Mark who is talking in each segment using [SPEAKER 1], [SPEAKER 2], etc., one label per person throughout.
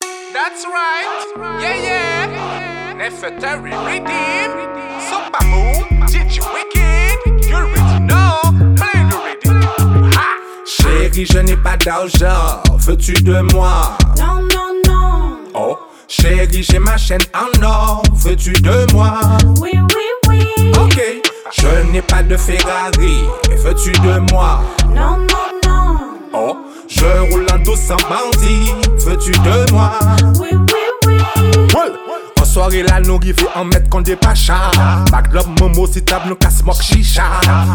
[SPEAKER 1] That's right. Yeah, yeah. Nefertari redeem. Super moon. Did you wicked? You already know. Play the rhythm. Ha!
[SPEAKER 2] Chérie, je n'ai pas d'argent, veux-tu de moi?
[SPEAKER 3] Non, non, non.
[SPEAKER 2] Oh, chérie, j'ai ma chaîne en or, veux-tu de moi?
[SPEAKER 3] Oui, oui, oui.
[SPEAKER 2] Ok, je n'ai pas de Ferrari, veux-tu de moi?
[SPEAKER 3] Non, non, non.
[SPEAKER 2] Oh, je roule en douce sans bandit, veux-tu de moi?
[SPEAKER 3] Oui, oui, oui.
[SPEAKER 2] Ouais. En soirée là nous rive en mettre qu'on dépacha Bag club momo si tab nous casse mok chicha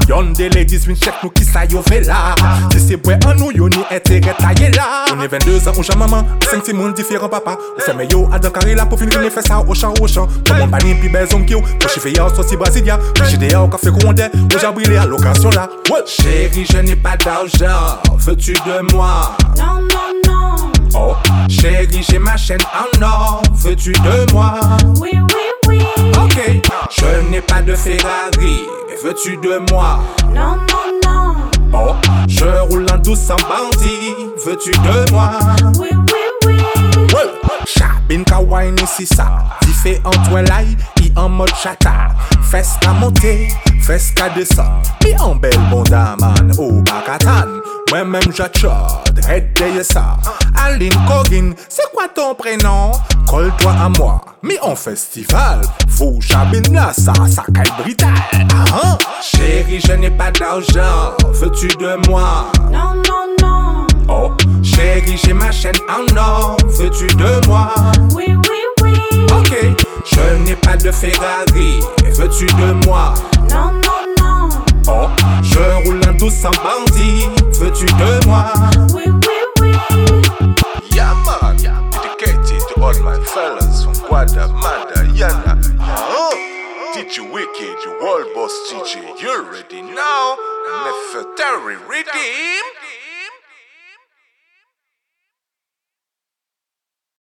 [SPEAKER 2] Yon de ladies win check nous qui sa yo fait là Si c'est boy en nous yon ni intérêt ta yé là On est 22 ans, on chan maman, 5 6 moun différents papa On fait yo à dans carré là pour finir les fait ça au champ au champ Comme on bani pi bel zon ki ou, pour chife yon soit si brasilia Piché de yon café courondé, on jabri les allocations là Ouais. Chérie je n'ai pas d'argent, veux-tu de moi?
[SPEAKER 3] Non, non, non.
[SPEAKER 2] Oh, chérie, j'ai ma chaîne en or, veux-tu de moi?
[SPEAKER 3] Oui, oui, oui.
[SPEAKER 2] Ok, je n'ai pas de Ferrari, veux-tu de moi?
[SPEAKER 3] Non, non, non.
[SPEAKER 2] Oh, je roule en douce sans bandit, veux-tu de moi?
[SPEAKER 3] Oui, oui, oui.
[SPEAKER 2] Ouais. Chabine kawaii ni si ça, il fait Antoine Lai, il en mode chata. Fesse qu'à monter, fesse qu'à descendre, mi en belle bondaman au Bacatan. Moi-même j'achode, red day ça. Aline Corinne, c'est quoi ton prénom? Colle-toi à moi, mi en festival. Fou Chabine là, ça, ça caille brutal. Ah, hein? Chérie, je n'ai pas d'argent, veux-tu de moi?
[SPEAKER 3] Non, non, non.
[SPEAKER 2] Oh, chérie, j'ai ma chaîne en or, veux-tu de moi?
[SPEAKER 3] Oui, oui, oui.
[SPEAKER 2] Ok, je n'ai pas de Ferrari, veux-tu de moi?
[SPEAKER 3] Non, non, non.
[SPEAKER 2] Oh, je roule en douce sans bandit, veux-tu de moi?
[SPEAKER 3] Oui, oui, oui.
[SPEAKER 1] Yeah, man. Dedicated to all my fellas from Guadamada, Yana. Huh? Did you wicked, you world boss DJ? You already know. Nefertari redeem.